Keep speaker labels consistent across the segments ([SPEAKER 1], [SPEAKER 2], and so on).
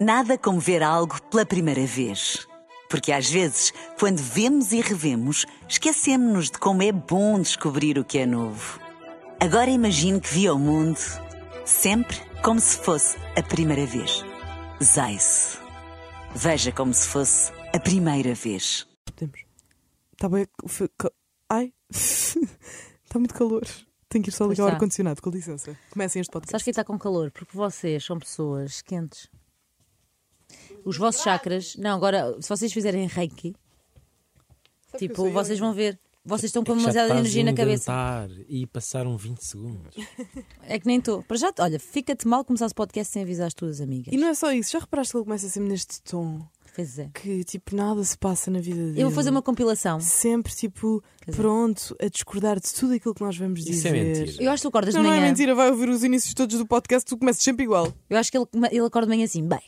[SPEAKER 1] Nada como ver algo pela primeira vez. Porque às vezes, quando vemos e revemos, esquecemos-nos de como é bom descobrir o que é novo. Agora imagine que viu o mundo sempre como se fosse a primeira vez. Zais. Veja como se fosse a primeira vez.
[SPEAKER 2] Podemos. Está bem. fe- ca- Ai! Está muito calor. Tenho que ir só ligar o
[SPEAKER 3] está.
[SPEAKER 2] ar-condicionado, com licença. Comecem este podcast.
[SPEAKER 3] tá. Sabes que está com calor? Porque vocês são pessoas quentes. Os vossos chakras. Não, agora, se vocês fizerem
[SPEAKER 2] Sabe que
[SPEAKER 3] reiki,
[SPEAKER 2] eu
[SPEAKER 3] tipo,
[SPEAKER 2] sou
[SPEAKER 3] vocês
[SPEAKER 2] eu?
[SPEAKER 3] vão ver. Vocês estão com
[SPEAKER 4] Já
[SPEAKER 3] demasiada
[SPEAKER 4] estás
[SPEAKER 3] energia na
[SPEAKER 4] a
[SPEAKER 3] cabeça.
[SPEAKER 4] inventar E passaram 20 segundos.
[SPEAKER 3] É que nem estou. Para já, olha, fica-te mal começar o podcast sem avisar as tuas amigas.
[SPEAKER 2] E não é só isso, já reparaste que ele começa sempre neste tom
[SPEAKER 3] Pois é.
[SPEAKER 2] que tipo nada se passa na vida dele.
[SPEAKER 3] Eu vou fazer uma compilação.
[SPEAKER 2] Sempre tipo
[SPEAKER 3] dizer-
[SPEAKER 2] pronto a discordar de tudo aquilo que nós vamos
[SPEAKER 4] Isso
[SPEAKER 2] dizer.
[SPEAKER 4] é mentira.
[SPEAKER 3] Eu acho que tu acordas
[SPEAKER 2] Não,
[SPEAKER 3] de
[SPEAKER 2] não é
[SPEAKER 3] manhã.
[SPEAKER 2] mentira, vai ouvir os inícios todos do podcast, tu começas sempre igual.
[SPEAKER 3] eu acho que ele, ele acorda de manhã assim, bem,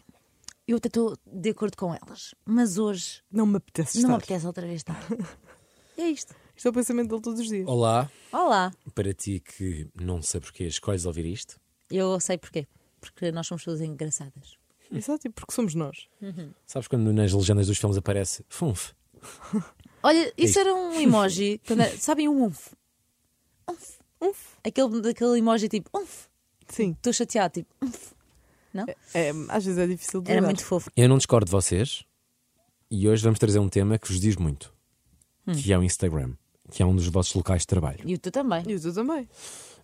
[SPEAKER 3] eu até estou de acordo com elas, mas hoje
[SPEAKER 2] Não me apetece
[SPEAKER 3] não me
[SPEAKER 2] estar.
[SPEAKER 3] apetece outra vez estar. é isto.
[SPEAKER 2] Isto é o pensamento dele todos os dias.
[SPEAKER 4] Olá,
[SPEAKER 3] Olá.
[SPEAKER 4] para ti que não sei porquê escolhes ouvir isto.
[SPEAKER 3] Eu sei porquê. Porque nós somos pessoas engraçadas.
[SPEAKER 2] Exato, e porque somos nós.
[SPEAKER 4] Sabes quando nas legendas dos filmes aparece Funf?
[SPEAKER 3] Olha, isso
[SPEAKER 4] É Isto.
[SPEAKER 3] era um emoji. quando era- sabem um unf? Unf.
[SPEAKER 2] Unf.
[SPEAKER 3] Aquele, daquele emoji tipo unf.
[SPEAKER 2] Um Sim.
[SPEAKER 3] Estou chateado, tipo unf.
[SPEAKER 2] É, às vezes é difícil de
[SPEAKER 3] Era
[SPEAKER 2] lidar.
[SPEAKER 3] muito fofo.
[SPEAKER 4] Eu não discordo de vocês e hoje vamos trazer um tema que vos diz muito,
[SPEAKER 3] Hum.
[SPEAKER 4] que é o Instagram, que é um dos vossos locais de trabalho.
[SPEAKER 3] E o tu também.
[SPEAKER 2] E o teu também.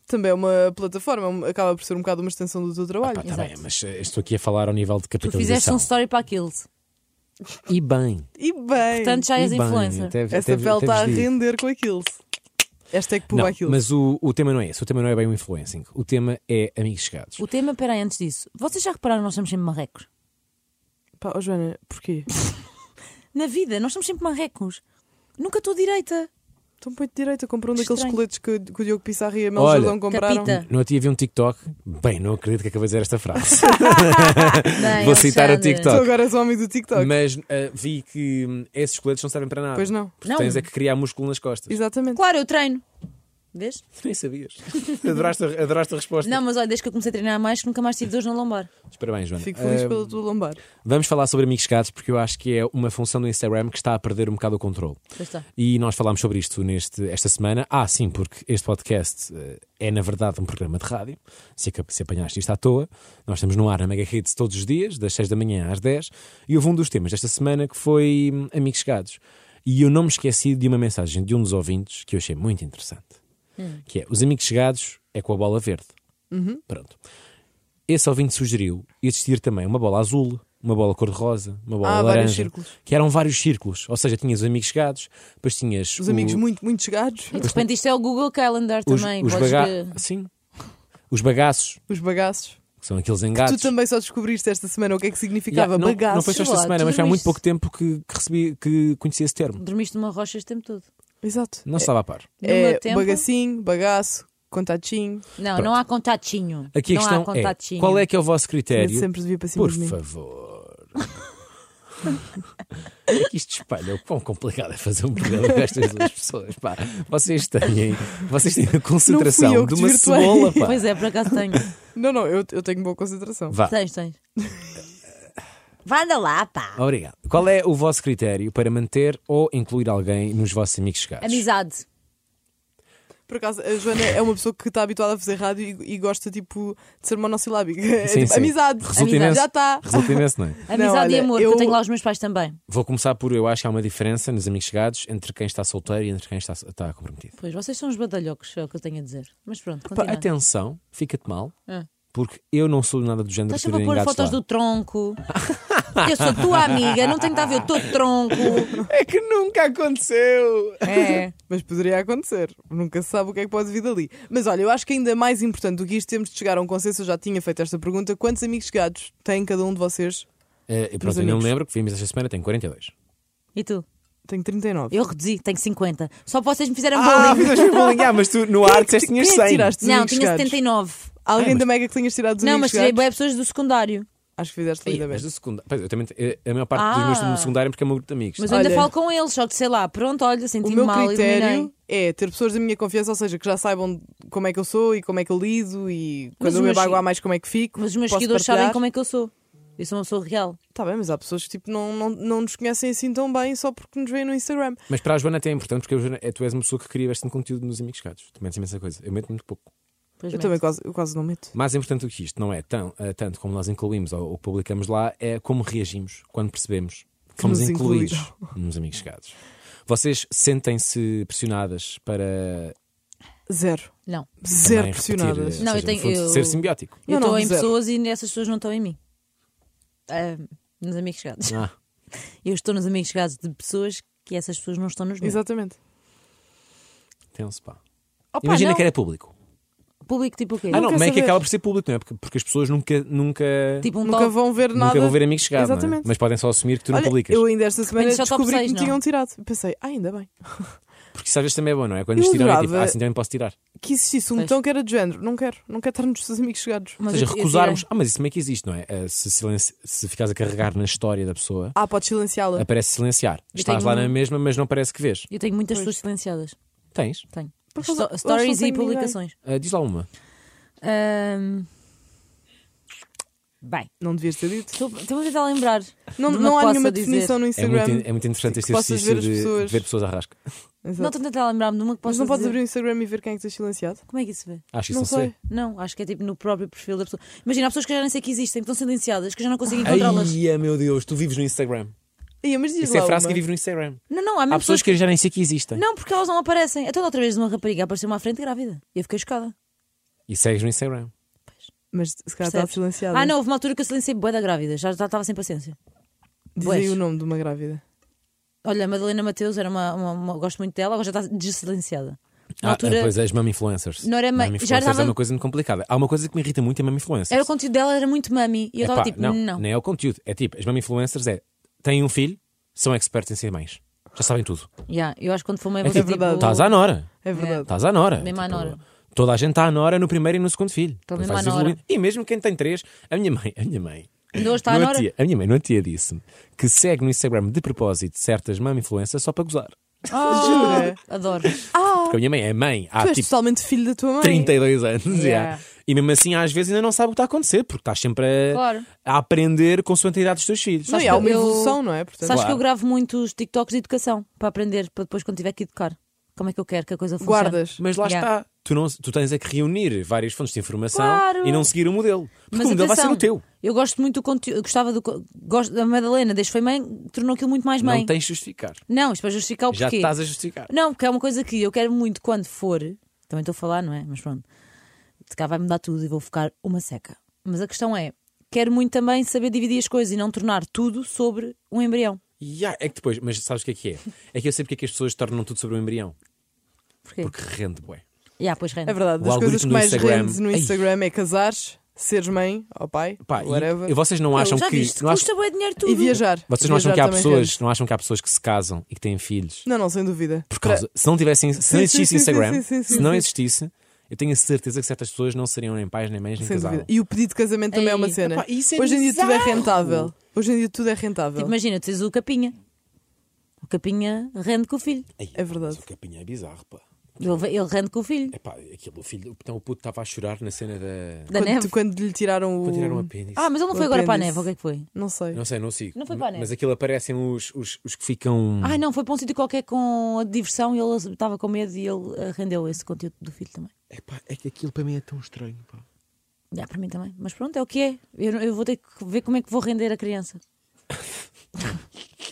[SPEAKER 2] Também é uma plataforma, um- acaba por ser um bocado uma extensão do teu trabalho.
[SPEAKER 4] Pá, tá
[SPEAKER 3] Exato.
[SPEAKER 4] bem, mas eh, estou aqui a falar ao nível de
[SPEAKER 3] Tu fizeste um
[SPEAKER 4] capitalização.
[SPEAKER 3] story para aquilo.
[SPEAKER 4] E bem,
[SPEAKER 2] E bem,
[SPEAKER 3] Portanto, já Tá,
[SPEAKER 4] e
[SPEAKER 3] és
[SPEAKER 4] bem,
[SPEAKER 3] influencer.
[SPEAKER 4] até- até-
[SPEAKER 2] essa pele
[SPEAKER 4] até
[SPEAKER 2] está a
[SPEAKER 4] vos digo.
[SPEAKER 2] render com aquilo. Esta é que
[SPEAKER 4] Não,
[SPEAKER 2] pula aquilo.
[SPEAKER 4] Mas o, o tema não é esse, o tema não é bem o influencing, o tema é amigos chegados.
[SPEAKER 3] O tema, peraí, antes disso, vocês já repararam que nós estamos sempre marrecos?
[SPEAKER 2] Pá, oh, Joana, porquê?
[SPEAKER 3] Na vida, nós estamos sempre marrecos. Nunca estou direita.
[SPEAKER 2] Estão muito direito a comprar um daqueles
[SPEAKER 3] Estranho.
[SPEAKER 2] coletes que, que o Diogo Pissarro e a Mel
[SPEAKER 4] Olha,
[SPEAKER 2] Jordão compraram.
[SPEAKER 3] Capita.
[SPEAKER 4] No outro dia vi um TikTok. Bem, não acredito que acabei de dizer esta frase.
[SPEAKER 3] Bem,
[SPEAKER 4] Vou citar o
[SPEAKER 3] Alexandre.
[SPEAKER 4] TikTok.
[SPEAKER 2] Tu agora és homem do TikTok.
[SPEAKER 4] Mas ah, vi que hum, esses coletes não servem para nada.
[SPEAKER 2] Pois não.
[SPEAKER 4] Porque
[SPEAKER 3] Não.
[SPEAKER 4] tens é que criar músculo nas costas.
[SPEAKER 2] Exatamente.
[SPEAKER 3] Claro, eu treino. Vês?
[SPEAKER 4] Nem sabias. adoraste, a, adoraste a resposta.
[SPEAKER 3] Não, mas olha, desde que eu comecei a treinar mais, nunca mais tive dores na lombar.
[SPEAKER 4] Mas parabéns, Joana.
[SPEAKER 2] Fico feliz
[SPEAKER 4] Ah,
[SPEAKER 2] pelo teu lombar.
[SPEAKER 4] Vamos falar sobre amigos chegados porque eu acho que é uma função do Instagram que está a perder um bocado o controle.
[SPEAKER 3] Pois está.
[SPEAKER 4] E nós falámos sobre isto neste, esta semana. Ah, sim, porque este podcast eh, é, na verdade, um programa de rádio. Se, acap- se apanhaste isto à toa, nós estamos no ar na Mega Hits todos os dias, das 6 da manhã às 10. E houve um dos temas desta semana que foi hum, Amigos Chegados. E eu não me esqueci de uma mensagem de um dos ouvintes que eu achei muito interessante.
[SPEAKER 2] Hum.
[SPEAKER 4] Que é, os amigos chegados é com a bola verde.
[SPEAKER 2] Uhum.
[SPEAKER 4] Pronto. Esse ouvinte sugeriu existir também uma bola azul, uma bola cor-de-rosa, uma bola
[SPEAKER 2] Ah, vários
[SPEAKER 4] laranja.
[SPEAKER 2] círculos.
[SPEAKER 4] Que eram vários círculos. Ou seja, tinhas os amigos chegados, depois tinhas...
[SPEAKER 2] Os
[SPEAKER 4] o-
[SPEAKER 2] amigos muito, muito chegados.
[SPEAKER 3] E de repente isto é o Google Calendar
[SPEAKER 4] os,
[SPEAKER 3] também.
[SPEAKER 4] os
[SPEAKER 3] Podes
[SPEAKER 4] baga-
[SPEAKER 3] ver-
[SPEAKER 4] Sim. Os bagaços,
[SPEAKER 2] Os bagaços.
[SPEAKER 4] que são aqueles
[SPEAKER 2] Tu
[SPEAKER 4] engates.
[SPEAKER 2] também só descobriste esta semana o que é que significava
[SPEAKER 4] Yeah, não,
[SPEAKER 2] bagaços.
[SPEAKER 4] não foi só esta
[SPEAKER 3] Olá,
[SPEAKER 4] semana,
[SPEAKER 3] tu
[SPEAKER 4] mas foi há muito
[SPEAKER 3] dormiste.
[SPEAKER 4] pouco tempo que, que recebi, que conheci esse termo.
[SPEAKER 3] Dormiste numa rocha este tempo todo.
[SPEAKER 2] Exato.
[SPEAKER 4] Não se estava a par.
[SPEAKER 3] No
[SPEAKER 2] É
[SPEAKER 3] meu tempo.
[SPEAKER 2] bagacinho, bagaço, contatinho.
[SPEAKER 3] Não,
[SPEAKER 4] Pronto.
[SPEAKER 3] não há contatinho.
[SPEAKER 4] Aqui
[SPEAKER 3] não
[SPEAKER 4] a
[SPEAKER 3] há
[SPEAKER 4] questão é,
[SPEAKER 3] contatinho.
[SPEAKER 4] qual é que é o vosso
[SPEAKER 2] Eu
[SPEAKER 4] critério?
[SPEAKER 2] sempre assim devia para cima
[SPEAKER 4] Por
[SPEAKER 2] de mim.
[SPEAKER 4] favor. É que isto espalha o quão complicado é fazer um programa com estas duas pessoas. Pá, vocês têm, vocês têm a
[SPEAKER 2] eu
[SPEAKER 4] concentração
[SPEAKER 2] que
[SPEAKER 4] de uma
[SPEAKER 2] desvirtuei.
[SPEAKER 4] cebola. Pá.
[SPEAKER 3] Pois é, por acaso tenho.
[SPEAKER 2] Não, não, eu, eu tenho boa concentração.
[SPEAKER 4] Vá,
[SPEAKER 3] tens, tens. Vai andar lá, pá.
[SPEAKER 4] obrigado. Qual é o vosso critério para manter ou incluir alguém nos vossos amigos chegados?
[SPEAKER 3] Amizade.
[SPEAKER 2] Por acaso, a Joana é uma pessoa que está habituada a fazer rádio e, e gosta, tipo, de ser monossilábica. É,
[SPEAKER 4] Sim,
[SPEAKER 2] tipo,
[SPEAKER 4] sim.
[SPEAKER 2] Amizade.
[SPEAKER 4] Resulta
[SPEAKER 2] Amizade.
[SPEAKER 4] imenso.
[SPEAKER 2] Já está.
[SPEAKER 4] Resulta imenso, não é?
[SPEAKER 3] Amizade e
[SPEAKER 2] olha,
[SPEAKER 3] amor, que
[SPEAKER 2] eu-
[SPEAKER 3] eu tenho lá os meus pais também.
[SPEAKER 4] Vou começar por eu acho que há uma diferença nos amigos chegados entre quem está solteiro e entre quem está, está comprometido.
[SPEAKER 3] Pois, vocês são os badalhocos, é o que eu tenho a dizer. Mas pronto,
[SPEAKER 4] Pá,
[SPEAKER 3] continua.
[SPEAKER 4] atenção, fica-te mal,
[SPEAKER 3] Ah.
[SPEAKER 4] porque eu não sou nada do género
[SPEAKER 3] Estás
[SPEAKER 4] de
[SPEAKER 3] sempre a
[SPEAKER 4] terem
[SPEAKER 3] pôr
[SPEAKER 4] gatos
[SPEAKER 3] fotos
[SPEAKER 4] lá.
[SPEAKER 3] do tronco. Eu sou tua amiga, não tenho de ver o teu tronco.
[SPEAKER 4] É que nunca aconteceu!
[SPEAKER 3] É.
[SPEAKER 2] Mas poderia acontecer. Nunca se sabe o que é que pode vir dali. Mas olha, eu acho que ainda mais importante do que isto, temos de chegar a um consenso. Eu já tinha feito esta pergunta. Quantos amigos gatos tem cada um de vocês?
[SPEAKER 4] Eh, e
[SPEAKER 2] Meus
[SPEAKER 4] pronto, eu não
[SPEAKER 2] amigos.
[SPEAKER 4] me lembro que vimos esta semana, tenho 42.
[SPEAKER 3] E tu?
[SPEAKER 2] Tenho 39.
[SPEAKER 3] Eu reduzi, tenho 50. Só vocês me fizeram
[SPEAKER 4] Ah,
[SPEAKER 3] bowling.
[SPEAKER 4] mas tu no ar disseste
[SPEAKER 2] Quem é
[SPEAKER 4] tinhas
[SPEAKER 2] que
[SPEAKER 4] 100.
[SPEAKER 2] tiraste dos
[SPEAKER 3] Não,
[SPEAKER 2] amigos
[SPEAKER 3] tinha
[SPEAKER 2] gatos?
[SPEAKER 3] 79.
[SPEAKER 2] Alguém
[SPEAKER 4] Ah, mas-
[SPEAKER 2] da Mega que tenhas tirado dos
[SPEAKER 3] Não, mas
[SPEAKER 2] amigos
[SPEAKER 3] tirei
[SPEAKER 2] gatos?
[SPEAKER 3] bem pessoas do secundário.
[SPEAKER 2] Acho que fizeste
[SPEAKER 4] Ei,
[SPEAKER 2] ainda bem.
[SPEAKER 4] mas do secundário. Pois, eu também, eh, a maior parte
[SPEAKER 3] Ah.
[SPEAKER 4] dos meus estão no secundário porque é o meu grupo de amigos.
[SPEAKER 3] Mas
[SPEAKER 2] Ah.
[SPEAKER 3] eu ainda
[SPEAKER 2] Olha,
[SPEAKER 3] falo com eles, só que sei lá, pronto, olha,
[SPEAKER 2] O
[SPEAKER 3] senti-me
[SPEAKER 2] meu
[SPEAKER 3] mal, eliminei.
[SPEAKER 2] critério é ter pessoas da minha confiança, ou seja, que já saibam como é que eu sou e como é que eu lido e quando
[SPEAKER 3] os
[SPEAKER 2] eu bebo
[SPEAKER 3] meus-
[SPEAKER 2] água a mais como é que fico.
[SPEAKER 3] Mas os meus
[SPEAKER 2] posso
[SPEAKER 3] seguidores
[SPEAKER 2] partilhar.
[SPEAKER 3] sabem como é que eu sou. Eu sou uma pessoa real.
[SPEAKER 2] Está bem, mas há pessoas que tipo, não, não, não nos conhecem assim tão bem só porque nos veem no Instagram.
[SPEAKER 4] Mas para a Joana até é importante porque a Joana, é- tu és uma pessoa que cria bastante conteúdo nos amigos gatos. Tu metes imensa coisa. Eu meto muito pouco.
[SPEAKER 3] Pois
[SPEAKER 2] Eu
[SPEAKER 3] bem.
[SPEAKER 2] também quase, eu quase não meto.
[SPEAKER 4] Mais importante do que isto não é tão, eh, tanto como nós incluímos ou, ou publicamos lá, é como reagimos quando percebemos que fomos
[SPEAKER 2] nos
[SPEAKER 4] incluídos nos amigos gatos. Vocês sentem-se pressionadas para
[SPEAKER 2] Zero.
[SPEAKER 3] Não.
[SPEAKER 2] Zero
[SPEAKER 4] também repetir,
[SPEAKER 2] pressionadas.
[SPEAKER 4] eh,
[SPEAKER 3] Não,
[SPEAKER 4] ou
[SPEAKER 3] eu
[SPEAKER 4] seja, no
[SPEAKER 3] tenho-
[SPEAKER 4] fundo,
[SPEAKER 3] eu-
[SPEAKER 4] ser simbiótico.
[SPEAKER 2] Eu
[SPEAKER 3] eu estou
[SPEAKER 2] não,
[SPEAKER 3] em
[SPEAKER 2] zero.
[SPEAKER 3] pessoas e essas pessoas não estão em mim. Ah, nos amigos chegados.
[SPEAKER 4] Ah,
[SPEAKER 3] Eu estou nos amigos chegados de pessoas que essas pessoas não estão nos meus.
[SPEAKER 2] Exatamente.
[SPEAKER 4] tenso, pá.
[SPEAKER 3] Opa,
[SPEAKER 4] um Imagina
[SPEAKER 3] não.
[SPEAKER 4] que era público.
[SPEAKER 3] Público tipo o quê?
[SPEAKER 4] Ah, não,
[SPEAKER 2] quero
[SPEAKER 4] como é que
[SPEAKER 2] saber.
[SPEAKER 4] acaba por ser público, não é? Porque, porque as pessoas nunca, nunca,
[SPEAKER 3] Tipo um
[SPEAKER 2] Nunca
[SPEAKER 3] top.
[SPEAKER 2] vão ver
[SPEAKER 4] nunca
[SPEAKER 2] nada.
[SPEAKER 4] vão ver amigos chegados, não é?
[SPEAKER 2] Exatamente.
[SPEAKER 4] mas podem só assumir que tu não
[SPEAKER 2] Olha,
[SPEAKER 4] publicas.
[SPEAKER 2] eu ainda esta semana
[SPEAKER 3] repente só top
[SPEAKER 2] descobri que
[SPEAKER 3] seis,
[SPEAKER 2] me
[SPEAKER 3] não.
[SPEAKER 2] tinham tirado. Pensei, ah, ainda bem.
[SPEAKER 4] Porque isso às vezes também é bom, não é? Quando
[SPEAKER 2] Eu
[SPEAKER 4] nos tiram, é tipo,
[SPEAKER 2] adorava-
[SPEAKER 4] ah, assim também posso tirar.
[SPEAKER 2] Que existisse um
[SPEAKER 3] Pois.
[SPEAKER 2] botão que era de género. Não quero. Não quero estar nos seus amigos chegados.
[SPEAKER 4] Ou
[SPEAKER 3] Mas
[SPEAKER 4] seja,
[SPEAKER 3] eu- eu
[SPEAKER 4] recusarmos.
[SPEAKER 3] tirei.
[SPEAKER 4] Ah, mas isso também que existe, não é? Eh, Se, silenci... se ficares a carregar na história da pessoa,
[SPEAKER 2] Ah, podes silenciá-la.
[SPEAKER 4] aparece silenciar.
[SPEAKER 3] Eu
[SPEAKER 4] Estás
[SPEAKER 3] tenho
[SPEAKER 4] lá
[SPEAKER 3] um-
[SPEAKER 4] na mesma, mas não parece que vês.
[SPEAKER 3] Eu tenho muitas pessoas silenciadas.
[SPEAKER 4] Tens.
[SPEAKER 3] Tenho.
[SPEAKER 2] Por
[SPEAKER 3] Sto-
[SPEAKER 2] causa- elas não
[SPEAKER 3] stories
[SPEAKER 2] têm
[SPEAKER 3] e
[SPEAKER 2] ninguém.
[SPEAKER 3] publicações.
[SPEAKER 4] Ah, diz lá uma.
[SPEAKER 3] Ahm, Bem,
[SPEAKER 2] Não devias ter dito.
[SPEAKER 3] estou estou a tentar lembrar.
[SPEAKER 2] Não,
[SPEAKER 3] de uma
[SPEAKER 2] não há
[SPEAKER 3] posso
[SPEAKER 2] nenhuma
[SPEAKER 3] dizer.
[SPEAKER 2] definição no
[SPEAKER 4] É muito,
[SPEAKER 2] Instagram.
[SPEAKER 4] é muito interessante este
[SPEAKER 2] que possas ver
[SPEAKER 4] exercício
[SPEAKER 2] as
[SPEAKER 4] de
[SPEAKER 2] pessoas.
[SPEAKER 4] de ver pessoas à rasca.
[SPEAKER 2] Exato.
[SPEAKER 3] Não estou a tentar lembrar-me de uma que
[SPEAKER 2] Mas
[SPEAKER 3] posso
[SPEAKER 2] não podes
[SPEAKER 3] dizer.
[SPEAKER 2] abrir o Instagram e ver quem é que está silenciado?
[SPEAKER 3] Como é que isso se vê?
[SPEAKER 4] Acho isso
[SPEAKER 2] Não
[SPEAKER 4] não
[SPEAKER 2] sei.
[SPEAKER 4] sei.
[SPEAKER 3] Não, acho que é tipo no próprio perfil da pessoa. Imagina, há pessoas que eu já nem sei que existem, que estão silenciadas, que eu já não consigo encontrá-las.
[SPEAKER 4] Ai, meu Deus, tu vives no Instagram.
[SPEAKER 2] Ia, mas diz
[SPEAKER 4] Isso é
[SPEAKER 2] lá
[SPEAKER 4] a frase
[SPEAKER 2] uma.
[SPEAKER 4] que vive no Instagram.
[SPEAKER 3] Não, não, há mesmo
[SPEAKER 4] Há pessoas que eu já nem sei que existem.
[SPEAKER 3] Não, porque elas não aparecem. É toda outra vez de uma rapariga apareceu-me à frente grávida. E eu fiquei chocada.
[SPEAKER 4] E segues no Instagram.
[SPEAKER 2] Mas se calhar está
[SPEAKER 3] Percebes?
[SPEAKER 2] silenciado.
[SPEAKER 3] Ah, não, houve uma altura que eu silenciei bué da grávida. Já já estava sem paciência.
[SPEAKER 2] Diz
[SPEAKER 3] Pois.
[SPEAKER 2] aí o nome de uma grávida.
[SPEAKER 3] Olha, a Madalena Mateus era uma, uma- uma- Gosto muito dela, agora já está desilenciada. Na
[SPEAKER 4] Ah,
[SPEAKER 3] altura,
[SPEAKER 4] Pois és mami influencers.
[SPEAKER 3] Não era ma-
[SPEAKER 4] Mami
[SPEAKER 3] já
[SPEAKER 4] influencers
[SPEAKER 3] estava-
[SPEAKER 4] é uma coisa muito complicada. Há uma coisa que me irrita muito é mami influencers.
[SPEAKER 3] era o conteúdo dela era muito mami. E eu estava
[SPEAKER 4] Epá,
[SPEAKER 3] tipo,
[SPEAKER 4] não,
[SPEAKER 3] não. não.
[SPEAKER 4] nem é o conteúdo. É tipo, as mami influencers é têm um filho, são expertos em ser mães. Já sabem tudo.
[SPEAKER 3] Yeah, eu acho que quando for uma
[SPEAKER 4] É
[SPEAKER 3] você,
[SPEAKER 4] tipo,
[SPEAKER 3] tipo,
[SPEAKER 4] Estás à Nora.
[SPEAKER 2] É verdade.
[SPEAKER 4] Estás à Nora. Tipo,
[SPEAKER 3] Mesmo à Nora.
[SPEAKER 4] Toda a gente está à Nora no primeiro e no segundo filho.
[SPEAKER 3] Estou
[SPEAKER 4] Depois
[SPEAKER 3] mesmo
[SPEAKER 4] vai-se
[SPEAKER 3] à Nora.
[SPEAKER 4] evoluindo. E mesmo quem tem três, a minha mãe, a minha mãe.
[SPEAKER 3] Ainda hoje está à
[SPEAKER 4] numa
[SPEAKER 3] Nora?
[SPEAKER 4] tia- a minha mãe, numa tia, disse-me que segue no Instagram de propósito certas mami influencers só para gozar.
[SPEAKER 2] Jura?
[SPEAKER 3] Adoro. Oh.
[SPEAKER 4] Porque a minha mãe é mãe há
[SPEAKER 2] Tu és
[SPEAKER 4] Ah. tipo
[SPEAKER 2] totalmente filho da tua mãe.
[SPEAKER 4] 32 anos.
[SPEAKER 3] Yeah.
[SPEAKER 4] já. E mesmo assim, às vezes ainda não sabe o que está a acontecer, porque estás sempre a,
[SPEAKER 3] Claro.
[SPEAKER 4] a aprender consoante a idade dos teus filhos.
[SPEAKER 2] Não,
[SPEAKER 3] Sabes
[SPEAKER 2] e há
[SPEAKER 3] que
[SPEAKER 2] uma
[SPEAKER 3] eu-
[SPEAKER 2] evolução, não é? Portanto,
[SPEAKER 3] Sabes que
[SPEAKER 4] Claro.
[SPEAKER 3] eu gravo muitos TikToks de educação para aprender, para depois quando tiver que educar. Como é que eu quero que a coisa funcione.
[SPEAKER 2] guardas.
[SPEAKER 4] Mas lá
[SPEAKER 3] Yeah.
[SPEAKER 4] está. Tu, não, tu tens é que reunir várias fontes de informação
[SPEAKER 3] Claro.
[SPEAKER 4] e não seguir o modelo. Porque
[SPEAKER 3] Mas
[SPEAKER 4] o modelo vai ser
[SPEAKER 3] atenção,
[SPEAKER 4] o teu.
[SPEAKER 3] Eu gosto muito do conteúdo. eu Gostava do. co- Gosto, a Madalena, desde que foi mãe, tornou aquilo muito mais mãe.
[SPEAKER 4] Não tens de justificar.
[SPEAKER 3] Não, isto para justificar o
[SPEAKER 4] Já te
[SPEAKER 3] porquê.
[SPEAKER 4] estás a justificar.
[SPEAKER 3] Não, porque é uma coisa que eu quero muito quando for. Também estou a falar, não é? Mas pronto. De cá vai mudar tudo e vou ficar uma seca. Mas a questão é. Quero muito também saber dividir as coisas e não tornar tudo sobre um embrião.
[SPEAKER 4] Ya, é que depois, mas sabes o que é que é? É que eu sei porque é que as pessoas tornam tudo sobre o embrião.
[SPEAKER 3] Porquê?
[SPEAKER 4] Porque rende, bué.
[SPEAKER 3] Yeah, pois rende.
[SPEAKER 2] É verdade,
[SPEAKER 4] O
[SPEAKER 2] das coisas
[SPEAKER 4] algoritmo
[SPEAKER 2] que
[SPEAKER 4] do
[SPEAKER 2] mais
[SPEAKER 4] Instagram.
[SPEAKER 2] rendes no
[SPEAKER 4] Ai.
[SPEAKER 2] Instagram é casares, seres mãe ao pai,
[SPEAKER 4] Pá,
[SPEAKER 2] whatever,
[SPEAKER 4] e, e vocês não acham
[SPEAKER 3] já
[SPEAKER 4] que.
[SPEAKER 3] viste,
[SPEAKER 4] não acham-
[SPEAKER 3] custa bem dinheiro tudo.
[SPEAKER 2] e viajar.
[SPEAKER 4] vocês não acham
[SPEAKER 2] Viajar
[SPEAKER 4] que há
[SPEAKER 2] também
[SPEAKER 4] pessoas,
[SPEAKER 2] rende.
[SPEAKER 4] não acham que há pessoas que se casam e que têm filhos
[SPEAKER 2] Não, não, sem dúvida.
[SPEAKER 4] por causa- se não tivessem, se não
[SPEAKER 2] Sim, sim,
[SPEAKER 4] existisse
[SPEAKER 2] sim,
[SPEAKER 4] Instagram,
[SPEAKER 2] sim, sim, sim,
[SPEAKER 4] se não
[SPEAKER 2] sim.
[SPEAKER 4] existisse, eu tenho a certeza que certas pessoas não seriam nem pais, nem mães, nem
[SPEAKER 2] Sem
[SPEAKER 4] casavam.
[SPEAKER 2] dúvida. E o pedido de casamento também é uma
[SPEAKER 3] Ei,
[SPEAKER 2] cena.
[SPEAKER 4] epá, isso é
[SPEAKER 2] Hoje em dia tudo é
[SPEAKER 4] bizarro.
[SPEAKER 2] rentável. Hoje em dia tudo é rentável.
[SPEAKER 3] Tipo, imagina, tu tens o capinha. O capinha rende com o filho.
[SPEAKER 4] Ei,
[SPEAKER 2] É verdade.
[SPEAKER 4] mas O capinha é bizarro, pá.
[SPEAKER 3] Ele, ele rende com o filho.
[SPEAKER 4] É pá, aquilo, o filho, então o puto estava a chorar na cena da.
[SPEAKER 3] Da
[SPEAKER 2] quando,
[SPEAKER 3] neve.
[SPEAKER 2] quando lhe tiraram o.
[SPEAKER 4] Quando tiraram o apêndice.
[SPEAKER 3] Hum. Ah, mas ele não foi
[SPEAKER 2] O
[SPEAKER 3] agora para a
[SPEAKER 2] apêndice.
[SPEAKER 3] neve, ou o que é que foi?
[SPEAKER 2] Não sei.
[SPEAKER 4] Não sei, não sigo.
[SPEAKER 3] Não foi para a neve.
[SPEAKER 4] Mas aquilo aparecem os, os, os que ficam.
[SPEAKER 3] Ah, não, foi para um sítio qualquer com a diversão e ele estava com medo e ele eh, rendeu esse conteúdo do filho também.
[SPEAKER 4] É pá, é que aquilo para mim é tão estranho, pá.
[SPEAKER 3] Já, para mim também. Mas pronto, é o que é. Eu, não- eu vou ter que ver como é que vou render a criança.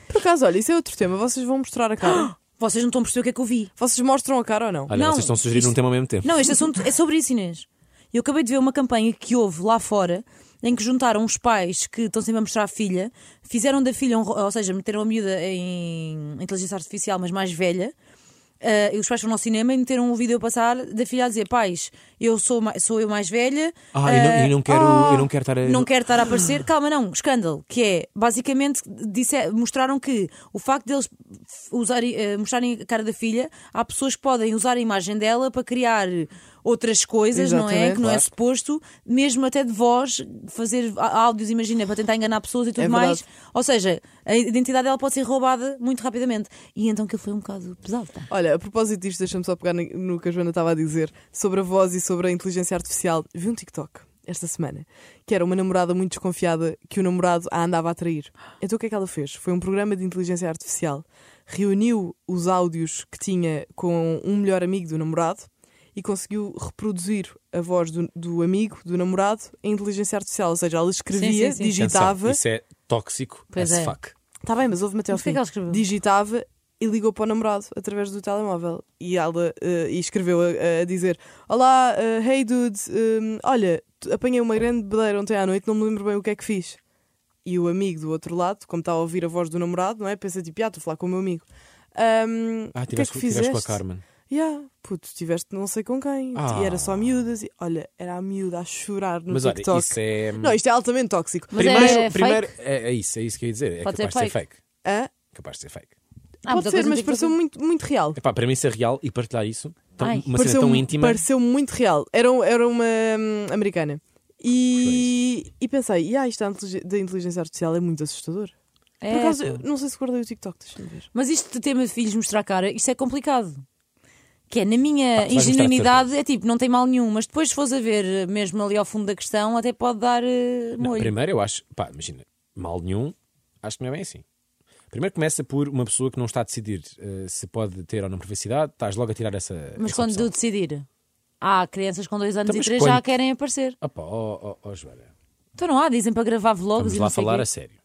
[SPEAKER 2] Por acaso, olha, isso é outro tema. Vocês vão mostrar a cara.
[SPEAKER 3] Vocês não estão a perceber o que é que eu vi.
[SPEAKER 2] Vocês mostram a cara ou não?
[SPEAKER 4] Olha,
[SPEAKER 3] Não,
[SPEAKER 4] vocês estão a sugerir um
[SPEAKER 3] isto-
[SPEAKER 4] tema ao mesmo tempo.
[SPEAKER 3] Não, este assunto é sobre isso, Inês. Eu acabei de ver uma campanha que houve lá fora em que juntaram os pais que estão sempre a mostrar a filha, fizeram da filha, um ro- ou seja, meteram a miúda em inteligência artificial, mas mais velha. ah, e os pais foram ao cinema e meteram um vídeo a passar da filha a dizer: Pais, eu sou, ma- sou eu mais velha.
[SPEAKER 4] Ah, eu não,
[SPEAKER 3] ah,
[SPEAKER 4] eu não quero, eu não quero estar a.
[SPEAKER 3] não quero estar a aparecer. Calma, não, escândalo, que é basicamente disse- mostraram que o facto deles usarem, eh, mostrarem a cara da filha, há pessoas que podem usar a imagem dela para criar outras coisas, não é?
[SPEAKER 2] Exatamente,
[SPEAKER 3] Que não é
[SPEAKER 2] claro.
[SPEAKER 3] suposto, mesmo até de voz, fazer á- áudios, imagina, para tentar enganar pessoas e tudo
[SPEAKER 2] É
[SPEAKER 3] mais.
[SPEAKER 2] verdade.
[SPEAKER 3] Ou seja, a identidade dela pode ser roubada muito rapidamente. E então que foi um bocado pesado. Tá?
[SPEAKER 2] Olha, a propósito disto, deixa-me só pegar no- no que a Joana estava a dizer sobre a voz e sobre a inteligência artificial. Vi um TikTok esta semana, que era uma namorada muito desconfiada que o namorado a andava a trair. Então o que é que ela fez? Foi um programa de inteligência artificial. Reuniu os áudios que tinha com um melhor amigo do namorado e conseguiu reproduzir a voz do, do amigo, do namorado, em inteligência artificial. Ou seja, ela escrevia,
[SPEAKER 3] Sim, sim, sim.
[SPEAKER 2] digitava.
[SPEAKER 4] Atenção, Isso é tóxico
[SPEAKER 3] Pois
[SPEAKER 4] as
[SPEAKER 3] é.
[SPEAKER 4] fuck.
[SPEAKER 2] Está Tá bem, mas ouve-me até ao
[SPEAKER 3] Mas o
[SPEAKER 2] fim.
[SPEAKER 3] que é que ela escreveu?
[SPEAKER 2] Digitava e ligou para o namorado através do telemóvel. E ela eh, e escreveu a, a dizer: Olá, eh, hey dude, hum, olha, t- apanhei uma grande bedeira ontem à noite, não me lembro bem o que é que fiz. E o amigo do outro lado, como está a ouvir a voz do namorado, não é? Pensa tipo: Ah, estou a falar com o meu amigo. Hum,
[SPEAKER 4] Ah,
[SPEAKER 2] o que é
[SPEAKER 4] tiveste,
[SPEAKER 2] que
[SPEAKER 4] com- tiveste com a
[SPEAKER 2] fizeste?
[SPEAKER 4] Carmen.
[SPEAKER 2] Yeah, puto, tiveste não sei com quem.
[SPEAKER 4] Ah.
[SPEAKER 2] E era só miúdas. E, olha, era a miúda a chorar no
[SPEAKER 4] Mas olha,
[SPEAKER 2] TikTok.
[SPEAKER 4] isso é.
[SPEAKER 2] Não, isto é altamente tóxico.
[SPEAKER 3] Mas
[SPEAKER 4] primeiro,
[SPEAKER 3] é fake?
[SPEAKER 4] primeiro é, é isso, é isso que eu ia dizer. É
[SPEAKER 3] Pode ser
[SPEAKER 4] capaz de ser fake.
[SPEAKER 2] Hã?
[SPEAKER 4] Capaz de ser fake.
[SPEAKER 3] Ah,
[SPEAKER 2] Pode
[SPEAKER 3] a
[SPEAKER 2] ser,
[SPEAKER 3] coisa
[SPEAKER 2] mas
[SPEAKER 3] tem que
[SPEAKER 2] pareceu
[SPEAKER 3] fazer-
[SPEAKER 2] muito, muito real.
[SPEAKER 4] Epá, para mim isso é real e partilhar isso, tão,
[SPEAKER 3] Ai. um
[SPEAKER 4] uma cena tão
[SPEAKER 2] mu-
[SPEAKER 4] íntima.
[SPEAKER 2] pareceu muito real. Era, um- era uma hum, americana. E, e pensei, e ah, isto da inteligen- da inteligência artificial é muito assustador.
[SPEAKER 3] É,
[SPEAKER 2] Por acaso,
[SPEAKER 3] pá.
[SPEAKER 2] eu não sei se guardei o TikTok, deixa-me ver.
[SPEAKER 3] Mas isto de tema de filhos mostrar a cara, isto é complicado. Que é, na minha
[SPEAKER 4] Pá, tu vais mostrar
[SPEAKER 3] ingenuidade, é tipo, não tem mal nenhum, mas depois se fores a ver eh, mesmo ali ao fundo da questão, até pode dar eh,
[SPEAKER 4] Não,
[SPEAKER 3] molho.
[SPEAKER 4] primeiro eu acho, pá, imagina, mal nenhum, acho que não é bem assim. Primeiro começa por uma pessoa que não está a decidir eh, se pode ter ou não privacidade, estás logo a tirar essa.
[SPEAKER 3] mas
[SPEAKER 4] essa
[SPEAKER 3] quando
[SPEAKER 4] opção.
[SPEAKER 3] eu decidir, há crianças com dois anos
[SPEAKER 4] Então,
[SPEAKER 3] e
[SPEAKER 4] mas
[SPEAKER 3] três já
[SPEAKER 4] quando-
[SPEAKER 3] querem aparecer.
[SPEAKER 4] Opa, ó, ó, ó, Joana,
[SPEAKER 3] Então não há, dizem para gravar vlogs
[SPEAKER 4] vamos
[SPEAKER 3] e
[SPEAKER 4] lá
[SPEAKER 3] não sei
[SPEAKER 4] falar é
[SPEAKER 3] quê.
[SPEAKER 4] a sério.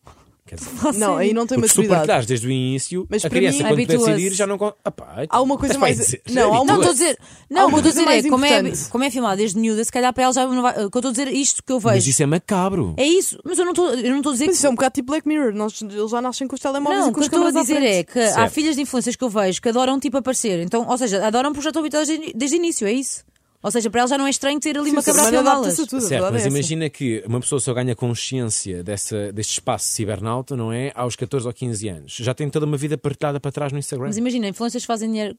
[SPEAKER 4] Quer dizer,
[SPEAKER 3] Fala
[SPEAKER 2] Não,
[SPEAKER 3] sério.
[SPEAKER 2] aí não tem
[SPEAKER 4] porque se tu
[SPEAKER 2] maturidade.
[SPEAKER 4] partilhares desde o início,
[SPEAKER 2] Mas
[SPEAKER 4] a
[SPEAKER 2] para
[SPEAKER 4] criança
[SPEAKER 2] mim-
[SPEAKER 4] quando puder
[SPEAKER 3] Habitua-se.
[SPEAKER 4] decidir já não. con- Opá,
[SPEAKER 2] Há uma
[SPEAKER 4] tu
[SPEAKER 2] coisa
[SPEAKER 4] vais
[SPEAKER 2] mais-
[SPEAKER 4] dizer,
[SPEAKER 2] não, há uma
[SPEAKER 3] Não, estou a
[SPEAKER 2] coisa-
[SPEAKER 4] habitua-se.
[SPEAKER 3] dizer,
[SPEAKER 2] Há
[SPEAKER 3] não, o
[SPEAKER 2] uma
[SPEAKER 3] que eu estou
[SPEAKER 2] coisa
[SPEAKER 3] a dizer
[SPEAKER 2] mais
[SPEAKER 3] é como, é,
[SPEAKER 2] importante.
[SPEAKER 3] como é filmado desde miúda, se calhar para ela já não vai. O que eu estou a dizer, isto que eu
[SPEAKER 4] Mas
[SPEAKER 3] vejo.
[SPEAKER 4] isso é macabro.
[SPEAKER 3] É isso, mas eu não estou eu não estou a dizer
[SPEAKER 2] Mas
[SPEAKER 3] que.
[SPEAKER 2] isso é um bocado tipo Black Mirror, nós, eles já nascem com os telemóveis
[SPEAKER 3] Não,
[SPEAKER 2] e
[SPEAKER 3] o
[SPEAKER 2] com
[SPEAKER 3] que eu
[SPEAKER 2] os
[SPEAKER 3] estou a
[SPEAKER 2] câmeras à
[SPEAKER 3] dizer
[SPEAKER 2] frente.
[SPEAKER 3] é que há
[SPEAKER 4] Certo.
[SPEAKER 3] filhas de influências que eu vejo que adoram tipo aparecer. Então, ou seja, adoram porque já estão habituadas desde, desde o início, é isso? Ou seja, para elas já não é estranho ter ali
[SPEAKER 2] Sim,
[SPEAKER 3] uma
[SPEAKER 2] o ser
[SPEAKER 3] câmera a
[SPEAKER 2] humano
[SPEAKER 3] filmá-las.
[SPEAKER 2] adapta-se a tudo, a
[SPEAKER 4] Certo,
[SPEAKER 2] verdade
[SPEAKER 4] mas
[SPEAKER 2] é essa.
[SPEAKER 4] imagina que uma pessoa só ganha consciência dessa, deste espaço cibernauta, não é? Aos 14 ou 15 anos. Já tem toda uma vida partilhada para trás no Instagram.
[SPEAKER 3] Mas imagina, influências fazem dinheiro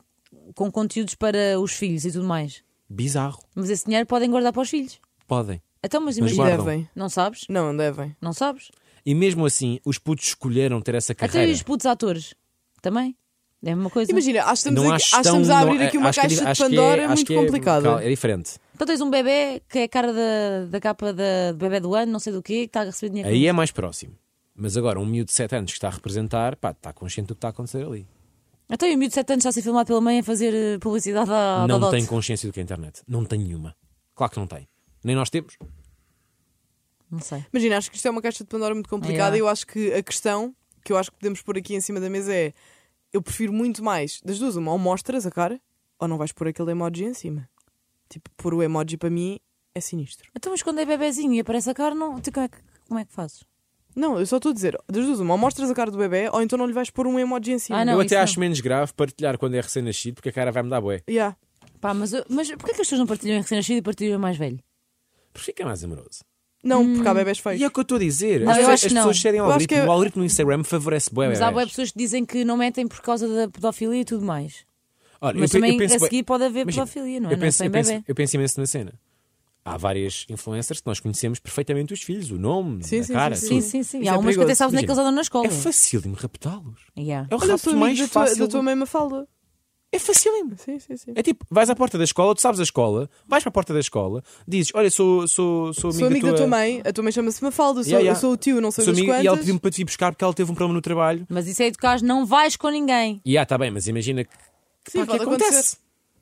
[SPEAKER 3] com conteúdos para os filhos e tudo mais.
[SPEAKER 4] Bizarro.
[SPEAKER 3] Mas esse dinheiro podem guardar para os filhos.
[SPEAKER 4] Podem.
[SPEAKER 3] Então, mas
[SPEAKER 4] Mas
[SPEAKER 3] imagina.
[SPEAKER 4] guarda.
[SPEAKER 2] devem.
[SPEAKER 3] Não sabes?
[SPEAKER 2] Não, não devem.
[SPEAKER 3] Não sabes?
[SPEAKER 4] E mesmo assim, os putos escolheram ter essa
[SPEAKER 3] Até
[SPEAKER 4] carreira.
[SPEAKER 3] os putos atores também. É a mesma coisa.
[SPEAKER 2] Imagina, acho que estamos,
[SPEAKER 4] Não
[SPEAKER 2] aqui-
[SPEAKER 4] acho
[SPEAKER 2] acho que
[SPEAKER 4] tão-
[SPEAKER 2] estamos a abrir
[SPEAKER 4] não-
[SPEAKER 2] aqui uma
[SPEAKER 4] acho que é
[SPEAKER 2] caixa
[SPEAKER 4] di-
[SPEAKER 2] de
[SPEAKER 4] acho que é-
[SPEAKER 2] Pandora
[SPEAKER 4] acho
[SPEAKER 2] muito
[SPEAKER 4] que é-
[SPEAKER 2] complicada.
[SPEAKER 4] É diferente.
[SPEAKER 3] Então tens um bebê que é a cara da, da capa da, do bebê do ano, não sei do quê, que está a receber dinheiro.
[SPEAKER 4] Aí é mais próximo. Mas agora, um miúdo de 7 anos que está a representar, pá, está consciente do que está a acontecer ali.
[SPEAKER 3] Até Então, o miúdo de 7 anos está a ser filmado pela mãe a fazer eh, publicidade à, à
[SPEAKER 4] não
[SPEAKER 3] Dodot.
[SPEAKER 4] tem consciência do que é a internet. Não tem nenhuma. Claro que não tem. Nem nós temos.
[SPEAKER 3] Não sei.
[SPEAKER 2] Imagina, acho que isto é uma caixa de Pandora muito complicada
[SPEAKER 3] Yeah.
[SPEAKER 2] e eu acho que a questão que eu acho que podemos pôr aqui em cima da mesa é eu prefiro muito mais das duas, uma, ou mostras a cara ou não vais pôr aquele emoji em cima. Tipo, pôr o emoji para mim é sinistro.
[SPEAKER 3] Então, mas quando é bebezinho e aparece a cara, não... tu como, é que, como é que fazes?
[SPEAKER 2] Não, eu só estou a dizer, das duas, uma, ou mostras a cara do bebê ou então não lhe vais pôr um emoji em cima.
[SPEAKER 3] Ah, não.
[SPEAKER 4] Eu até
[SPEAKER 3] isso
[SPEAKER 4] acho menos grave partilhar quando é recém-nascido, porque a cara vai-me dar bué.
[SPEAKER 2] Yeah.
[SPEAKER 3] Pá, mas, eu- mas porquê é que as pessoas não partilham em recém-nascido e partilham em mais velho?
[SPEAKER 4] Porque fica mais amoroso.
[SPEAKER 2] Não, porque há bebés feios.
[SPEAKER 4] E é o que eu estou a dizer.
[SPEAKER 3] Não,
[SPEAKER 4] as
[SPEAKER 3] eu
[SPEAKER 4] pessoas,
[SPEAKER 3] acho
[SPEAKER 4] as
[SPEAKER 3] que não.
[SPEAKER 4] pessoas cedem ao
[SPEAKER 2] Eu acho que
[SPEAKER 4] algoritmo.
[SPEAKER 2] é-
[SPEAKER 4] O algoritmo no Instagram favorece bué
[SPEAKER 3] mas há boas
[SPEAKER 4] bebés.
[SPEAKER 3] pessoas que dizem que não metem por causa da pedofilia e tudo mais.
[SPEAKER 4] Olha,
[SPEAKER 3] Mas
[SPEAKER 4] eu, pe-
[SPEAKER 3] também
[SPEAKER 4] eu penso,
[SPEAKER 3] a
[SPEAKER 4] bué-
[SPEAKER 3] seguir pode haver
[SPEAKER 4] Imagina,
[SPEAKER 3] pedofilia, não é?
[SPEAKER 4] eu penso,
[SPEAKER 3] não
[SPEAKER 4] eu,
[SPEAKER 3] sem
[SPEAKER 4] penso,
[SPEAKER 3] bebê.
[SPEAKER 4] eu penso imenso na cena. Há várias influencers que nós conhecemos perfeitamente os filhos, o nome,
[SPEAKER 2] Sim,
[SPEAKER 4] a
[SPEAKER 2] sim,
[SPEAKER 4] cara,
[SPEAKER 3] Sim,
[SPEAKER 4] tudo.
[SPEAKER 3] sim, sim.
[SPEAKER 2] Isso
[SPEAKER 3] E há
[SPEAKER 2] é
[SPEAKER 3] umas que até
[SPEAKER 2] perigoso.
[SPEAKER 3] sabes onde é que eles
[SPEAKER 4] Imagina,
[SPEAKER 3] andam na escola.
[SPEAKER 4] É facílimo raptá-los.
[SPEAKER 3] Yeah.
[SPEAKER 4] É o
[SPEAKER 2] Olha, eu sou
[SPEAKER 4] rapto
[SPEAKER 2] amigo
[SPEAKER 4] mais
[SPEAKER 2] da tua,
[SPEAKER 4] fácil.
[SPEAKER 2] da tua mesma falda.
[SPEAKER 4] É facílimo.
[SPEAKER 2] Sim, sim, sim.
[SPEAKER 4] É tipo, vais à porta da escola, tu sabes a escola, vais para a porta da escola, dizes: Olha, sou, sou, sou amigo,
[SPEAKER 2] Sou amigo da tua mãe, a tua mãe chama-se Mafalda, eu sou,
[SPEAKER 4] Yeah, yeah.
[SPEAKER 2] eu sou o tio, não sei
[SPEAKER 4] sou
[SPEAKER 2] das
[SPEAKER 4] amigo,
[SPEAKER 2] quantas.
[SPEAKER 4] e ela pediu-me para te vir buscar porque ela teve um problema no trabalho.
[SPEAKER 3] Mas isso é educar, não vais com ninguém.
[SPEAKER 4] E ah, está bem, mas imagina que,
[SPEAKER 2] Sim,
[SPEAKER 4] pá, que
[SPEAKER 2] pode
[SPEAKER 4] acontece.
[SPEAKER 2] acontecer.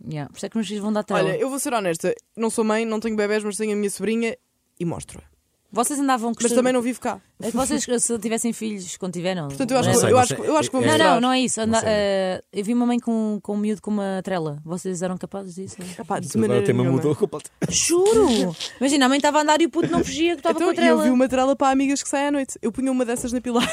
[SPEAKER 3] Yeah. Por isso é que os meus filhos vão dar tela.
[SPEAKER 2] Olha, eu vou ser honesta, não sou mãe, não tenho bebés, mas tenho a minha sobrinha e mostro-a.
[SPEAKER 3] Vocês andavam com
[SPEAKER 2] Mas também não vivo cá.
[SPEAKER 3] É que vocês, se tivessem filhos, quando tiveram.
[SPEAKER 2] Portanto, eu acho,
[SPEAKER 4] Não
[SPEAKER 2] que,
[SPEAKER 4] sei,
[SPEAKER 2] eu,
[SPEAKER 4] não
[SPEAKER 2] acho,
[SPEAKER 4] sei.
[SPEAKER 2] eu acho que vou
[SPEAKER 4] É-
[SPEAKER 3] Não,
[SPEAKER 2] mostrar.
[SPEAKER 3] não, não é isso. Anda-
[SPEAKER 4] Não sei.
[SPEAKER 3] eh, eu vi uma mãe com, com um miúdo com uma trela. Vocês eram capazes disso?
[SPEAKER 2] Epá, de
[SPEAKER 4] Agora
[SPEAKER 2] maneira
[SPEAKER 4] o tema
[SPEAKER 2] nenhuma.
[SPEAKER 3] é?
[SPEAKER 4] mudou completamente.
[SPEAKER 3] Juro! Imagina, a mãe estava a andar e o puto não fugia que estava
[SPEAKER 2] Então,
[SPEAKER 3] com a
[SPEAKER 2] e eu
[SPEAKER 3] trela.
[SPEAKER 2] vi uma trela para amigas que saem à noite. Eu punha uma dessas na pilar.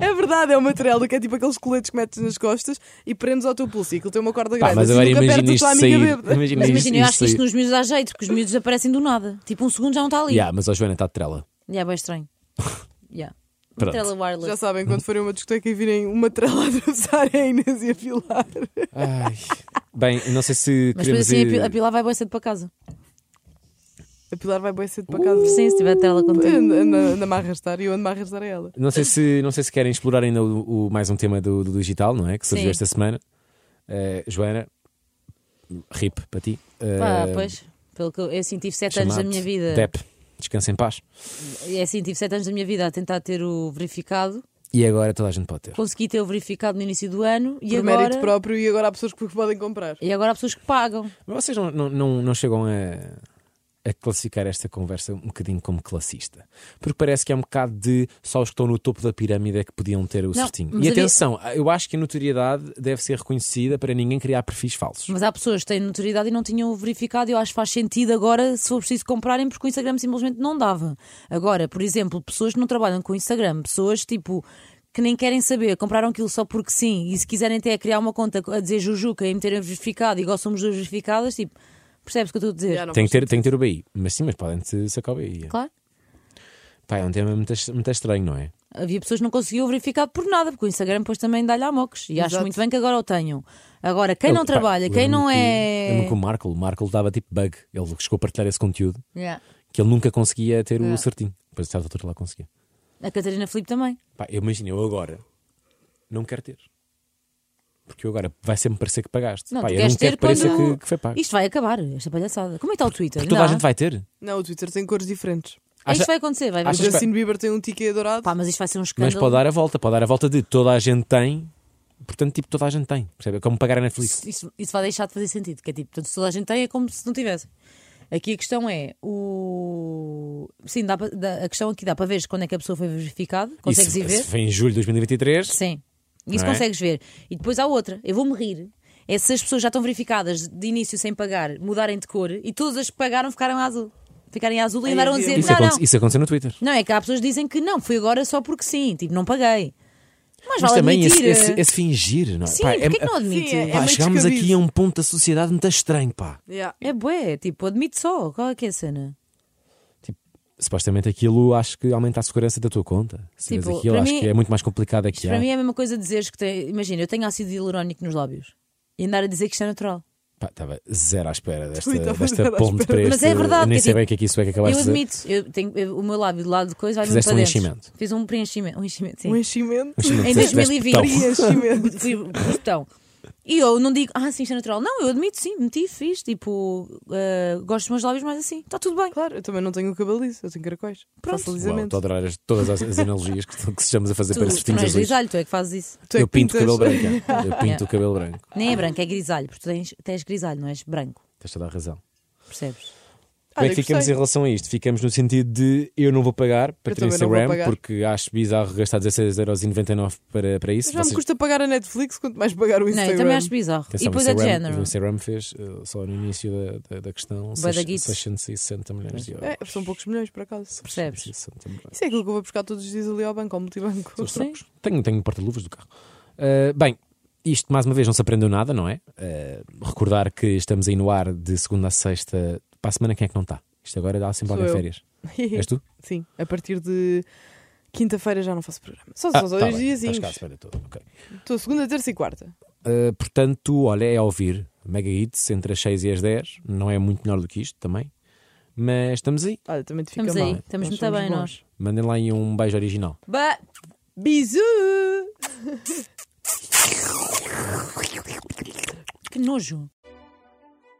[SPEAKER 2] é verdade, é uma trela que é tipo aqueles coletes que metes nas costas e prendes ao teu pulso e aquilo tem uma corda grande.
[SPEAKER 4] mas
[SPEAKER 2] assim,
[SPEAKER 4] agora
[SPEAKER 2] nunca
[SPEAKER 4] imagina
[SPEAKER 2] perdes
[SPEAKER 4] isto
[SPEAKER 2] a tua amiga
[SPEAKER 4] sair.
[SPEAKER 2] bêbada.
[SPEAKER 3] Mas imagina, eu acho que isto nos miúdos dá jeito, porque os miúdos aparecem do nada. Tipo, um segundo já não está ali. Yeah.
[SPEAKER 4] Yeah, mas a Joana está de trela.
[SPEAKER 3] é bem estranho. Yeah. Uma
[SPEAKER 4] Pronto.
[SPEAKER 3] Trela wireless.
[SPEAKER 2] Já sabem, quando forem a uma discoteca e virem uma trela a atravessar a Inês e a Pilar.
[SPEAKER 4] Ai. Bem, não sei se
[SPEAKER 3] Mas depois
[SPEAKER 4] queremos
[SPEAKER 3] assim a
[SPEAKER 4] ir-
[SPEAKER 3] Pi- a Pilar vai boa cedo para casa.
[SPEAKER 2] A Pilar vai bem cedo para casa.
[SPEAKER 3] Sim, se tiver trela contigo.
[SPEAKER 2] Uh, Anda- anda- Anda-me a arrastar e eu ando-me a arrastar a ela.
[SPEAKER 4] Não sei se, não sei se querem explorar ainda o, o- mais um tema do, do digital, não é? Que surgiu
[SPEAKER 3] Sim.
[SPEAKER 4] esta semana. Eh, Joana, RIP para ti. Eh,
[SPEAKER 3] Pá, pois. pelo que eu, eu assim, tive 7 anos
[SPEAKER 4] Chamado
[SPEAKER 3] da minha vida.
[SPEAKER 4] DEP. Descansa em paz.
[SPEAKER 3] É assim, tive 7 anos da minha vida a tentar ter o verificado.
[SPEAKER 4] E agora toda a gente pode ter.
[SPEAKER 3] Consegui ter o verificado no início do ano e
[SPEAKER 2] Por
[SPEAKER 3] agora.
[SPEAKER 2] mérito próprio e agora há pessoas que podem comprar.
[SPEAKER 3] E agora há pessoas que pagam.
[SPEAKER 4] Mas Vocês não, não, não, não chegam a, a classificar esta conversa um bocadinho como classista. Porque parece que é um bocado de só os que estão no topo da pirâmide é que podiam ter o certinho.
[SPEAKER 3] mas
[SPEAKER 4] E
[SPEAKER 3] havia-
[SPEAKER 4] atenção, eu acho que a notoriedade deve ser reconhecida para ninguém criar perfis falsos.
[SPEAKER 3] Mas há pessoas que têm notoriedade e não tinham o verificado, e eu acho que faz sentido agora, se for preciso comprarem, porque o Instagram simplesmente não dava. Agora, por exemplo, pessoas que não trabalham com o Instagram, pessoas tipo que nem querem saber, compraram aquilo só porque sim, e se quiserem até criar uma conta a dizer Jujuca e meterem o verificado, igual somos duas verificadas, tipo, percebes o que eu estou a dizer?
[SPEAKER 2] Já não
[SPEAKER 4] Tem que,
[SPEAKER 2] faz
[SPEAKER 4] ter, tem que ter o BI. Mas sim, mas podem se sacar o BI.
[SPEAKER 3] Claro.
[SPEAKER 4] Pá, é um tema muito, muito estranho, não é?
[SPEAKER 3] Havia pessoas que não conseguiam o verificado por nada, porque o Instagram depois também dá-lhe a mocos. E acho
[SPEAKER 2] Exato.
[SPEAKER 3] muito bem que agora o tenham. Agora, quem
[SPEAKER 4] Eu-
[SPEAKER 3] não
[SPEAKER 4] pá,
[SPEAKER 3] trabalha, quem
[SPEAKER 4] lembro-me
[SPEAKER 3] não
[SPEAKER 4] que- Lembro-me
[SPEAKER 3] é.
[SPEAKER 4] que o Marco, o Marco dava tipo bug. Ele chegou a partilhar esse conteúdo
[SPEAKER 3] Yeah.
[SPEAKER 4] que ele nunca conseguia ter o
[SPEAKER 2] É.
[SPEAKER 4] certinho. Depois, a certa altura, lá conseguia.
[SPEAKER 3] A Catarina Filipe também.
[SPEAKER 4] Pá, eu imagino, eu agora não quero ter. Porque eu agora vai sempre parecer que pagaste.
[SPEAKER 3] Não,
[SPEAKER 4] Pá,
[SPEAKER 3] tu
[SPEAKER 4] eu
[SPEAKER 3] queres
[SPEAKER 4] não quero
[SPEAKER 3] ter
[SPEAKER 4] que pareça
[SPEAKER 3] quando-
[SPEAKER 4] que, que foi pago.
[SPEAKER 3] Isto vai acabar, esta palhaçada. Como é que está o Twitter?
[SPEAKER 4] Porque toda a
[SPEAKER 3] Não
[SPEAKER 4] gente
[SPEAKER 3] há?
[SPEAKER 4] vai ter.
[SPEAKER 2] Não, o Twitter tem cores diferentes.
[SPEAKER 4] Acha-
[SPEAKER 3] Isto vai acontecer, vai
[SPEAKER 2] O
[SPEAKER 3] vai-
[SPEAKER 4] Achas que-
[SPEAKER 2] Justin Bieber tem um ticket dourado.
[SPEAKER 3] Pá, mas isto vai ser um
[SPEAKER 4] Mas
[SPEAKER 3] escândalo.
[SPEAKER 4] pode dar a volta, pode dar a volta de toda a gente tem. Portanto, tipo, toda a gente tem. Percebe? É Como pagar a Netflix.
[SPEAKER 3] isso, isso- isso vai deixar de fazer sentido. Que é tipo, portanto, se toda a gente tem, é como se não tivesse. Aqui a questão é o. Sim, dá para- dá- a questão aqui dá para ver quando é que a pessoa foi verificada. Consegues ir
[SPEAKER 4] isso,
[SPEAKER 3] ver?
[SPEAKER 4] isso foi em julho de 2023.
[SPEAKER 3] Sim. Isso
[SPEAKER 4] Não é?
[SPEAKER 3] consegues ver. E depois há outra. Eu vou-me rir. É se as pessoas já estão verificadas de início sem pagar, mudarem de cor e todas as que pagaram ficaram a azul. Ficarem a azul e
[SPEAKER 2] Ai,
[SPEAKER 3] andaram a
[SPEAKER 2] adeus.
[SPEAKER 3] dizer:
[SPEAKER 4] Isso,
[SPEAKER 3] não,
[SPEAKER 4] aconte-
[SPEAKER 3] não.
[SPEAKER 4] isso aconteceu no Twitter.
[SPEAKER 3] Não, é que há pessoas que dizem que não, foi agora só porque sim, tipo, não paguei. Mas,
[SPEAKER 4] Mas
[SPEAKER 3] vale
[SPEAKER 4] também esse,
[SPEAKER 3] admitir. eh,
[SPEAKER 4] esse- esse fingir, não é?
[SPEAKER 3] Sim,
[SPEAKER 4] Pá,
[SPEAKER 3] porque é que não
[SPEAKER 4] pá,
[SPEAKER 3] admite?
[SPEAKER 2] Sim, é- meio
[SPEAKER 4] chegámos aqui
[SPEAKER 2] descabido.
[SPEAKER 4] a um ponto da sociedade muito estranho, pá.
[SPEAKER 2] Yeah.
[SPEAKER 3] É bué, tipo, admite só. Qual é que é a cena?
[SPEAKER 4] Supostamente aquilo acho que aumenta a segurança da tua conta. Se vês
[SPEAKER 3] Tipo,
[SPEAKER 4] aquilo,
[SPEAKER 3] para
[SPEAKER 4] acho
[SPEAKER 3] mim-
[SPEAKER 4] que é muito mais complicado aqui.
[SPEAKER 3] Isto para mim é a mesma coisa dizeres que tem. Imagina, eu tenho ácido hialurónico nos lábios e andar a dizer que isto é natural.
[SPEAKER 4] Pá, estava zero à espera desta,
[SPEAKER 2] Ui, estava
[SPEAKER 4] desta
[SPEAKER 2] zero à
[SPEAKER 4] ponte
[SPEAKER 2] espera.
[SPEAKER 4] para este.
[SPEAKER 3] Mas é verdade,
[SPEAKER 4] Nem
[SPEAKER 3] quer
[SPEAKER 4] sei
[SPEAKER 3] dizer,
[SPEAKER 4] bem o que é que isso é que acabaste
[SPEAKER 3] eu
[SPEAKER 4] de dizer.
[SPEAKER 3] admito, eu tenho, eu- o meu lábio do lado de coisa vai muito
[SPEAKER 4] Fizeste
[SPEAKER 3] para
[SPEAKER 4] um
[SPEAKER 3] dentro.
[SPEAKER 4] enchimento.
[SPEAKER 3] Fiz um preenchimento, um enchimento, sim.
[SPEAKER 2] Um enchimento.
[SPEAKER 3] Em
[SPEAKER 4] Fizeste- fizeste
[SPEAKER 3] 2020.
[SPEAKER 2] Preenchimento.
[SPEAKER 3] Fui botão. E eu não digo, ah, sim, isto é natural. Não, eu admito, sim, meti, fiz. Tipo, ah, gosto dos meus lábios mais assim. Está tudo bem.
[SPEAKER 2] Claro, eu também não tenho o cabelo liso, eu tenho caracóis.
[SPEAKER 3] Pronto.
[SPEAKER 2] Faço
[SPEAKER 4] Uau,
[SPEAKER 2] alisamento.
[SPEAKER 4] Estou a adorar as- todas as, as analogias que, que estamos a fazer
[SPEAKER 3] Tu,
[SPEAKER 4] para esses
[SPEAKER 3] tu não
[SPEAKER 4] tinhos
[SPEAKER 3] és
[SPEAKER 4] azuis.
[SPEAKER 3] grisalho, tu é que fazes isso.
[SPEAKER 2] Tu é
[SPEAKER 4] eu
[SPEAKER 2] que
[SPEAKER 4] pinto o cabelo
[SPEAKER 2] pintas.
[SPEAKER 4] branco. Eu pinto o cabelo branco.
[SPEAKER 3] Nem é branco, é grisalho, porque tu tens, tens grisalho, não és branco.
[SPEAKER 4] Tens toda a razão.
[SPEAKER 3] Percebes?
[SPEAKER 2] Ah,
[SPEAKER 4] Como é que
[SPEAKER 2] eu
[SPEAKER 4] ficamos em
[SPEAKER 2] gostei.
[SPEAKER 4] relação a isto? Ficamos no sentido de eu não vou pagar para
[SPEAKER 2] Eu
[SPEAKER 4] ter
[SPEAKER 2] também não vou
[SPEAKER 4] Instagram
[SPEAKER 2] pagar.
[SPEAKER 4] porque acho bizarro gastar 16,99€ para, para isso.
[SPEAKER 2] Mas já me
[SPEAKER 4] Vocês-
[SPEAKER 2] custa pagar a Netflix, quanto mais pagar o
[SPEAKER 3] Não,
[SPEAKER 2] Instagram.
[SPEAKER 3] eu também acho bizarro.
[SPEAKER 4] Atenção,
[SPEAKER 3] e depois
[SPEAKER 4] o
[SPEAKER 3] é de
[SPEAKER 4] Instagram,
[SPEAKER 3] género.
[SPEAKER 4] O Instagram fez eh, só no início da, da, da questão
[SPEAKER 3] Bué da
[SPEAKER 4] seis-
[SPEAKER 3] guites.
[SPEAKER 4] 660 milhões de euros.
[SPEAKER 2] É, são poucos milhões, por acaso.
[SPEAKER 3] Percebes?
[SPEAKER 4] 660 milhões.
[SPEAKER 2] Isso é aquilo que eu vou buscar todos os dias ali ao banco, ao multibanco.
[SPEAKER 4] São os
[SPEAKER 3] Sim.
[SPEAKER 4] trocos. Tenho, tenho porta-luvas do carro. Ah, bem, isto mais uma vez não se aprendeu nada, não é? Ah, recordar que estamos aí no ar de segunda a sexta. Para a semana, quem é que não está? Isto agora dá sempre
[SPEAKER 2] Sou
[SPEAKER 4] alguém
[SPEAKER 2] eu.
[SPEAKER 4] férias. És tu?
[SPEAKER 2] Sim, a partir de quinta-feira já não faço programa. Só,
[SPEAKER 4] Ah,
[SPEAKER 2] só
[SPEAKER 4] tá
[SPEAKER 2] dois
[SPEAKER 4] bem,
[SPEAKER 2] diazinhos.
[SPEAKER 4] estás cá a semana toda, ok.
[SPEAKER 2] Estou segunda, terça e quarta.
[SPEAKER 4] Ah, portanto, olha, é a ouvir Mega Hits entre as 6 e as 10. Não é muito melhor do que isto também. Mas estamos aí.
[SPEAKER 2] Olha, também te fica
[SPEAKER 3] Estamos
[SPEAKER 2] mal.
[SPEAKER 3] aí, estamos
[SPEAKER 2] Nós
[SPEAKER 3] muito
[SPEAKER 2] somos
[SPEAKER 3] bem
[SPEAKER 2] bons.
[SPEAKER 3] nós.
[SPEAKER 4] Mandem lá aí um beijo original.
[SPEAKER 3] Ba-
[SPEAKER 2] Bisu!
[SPEAKER 3] que nojo.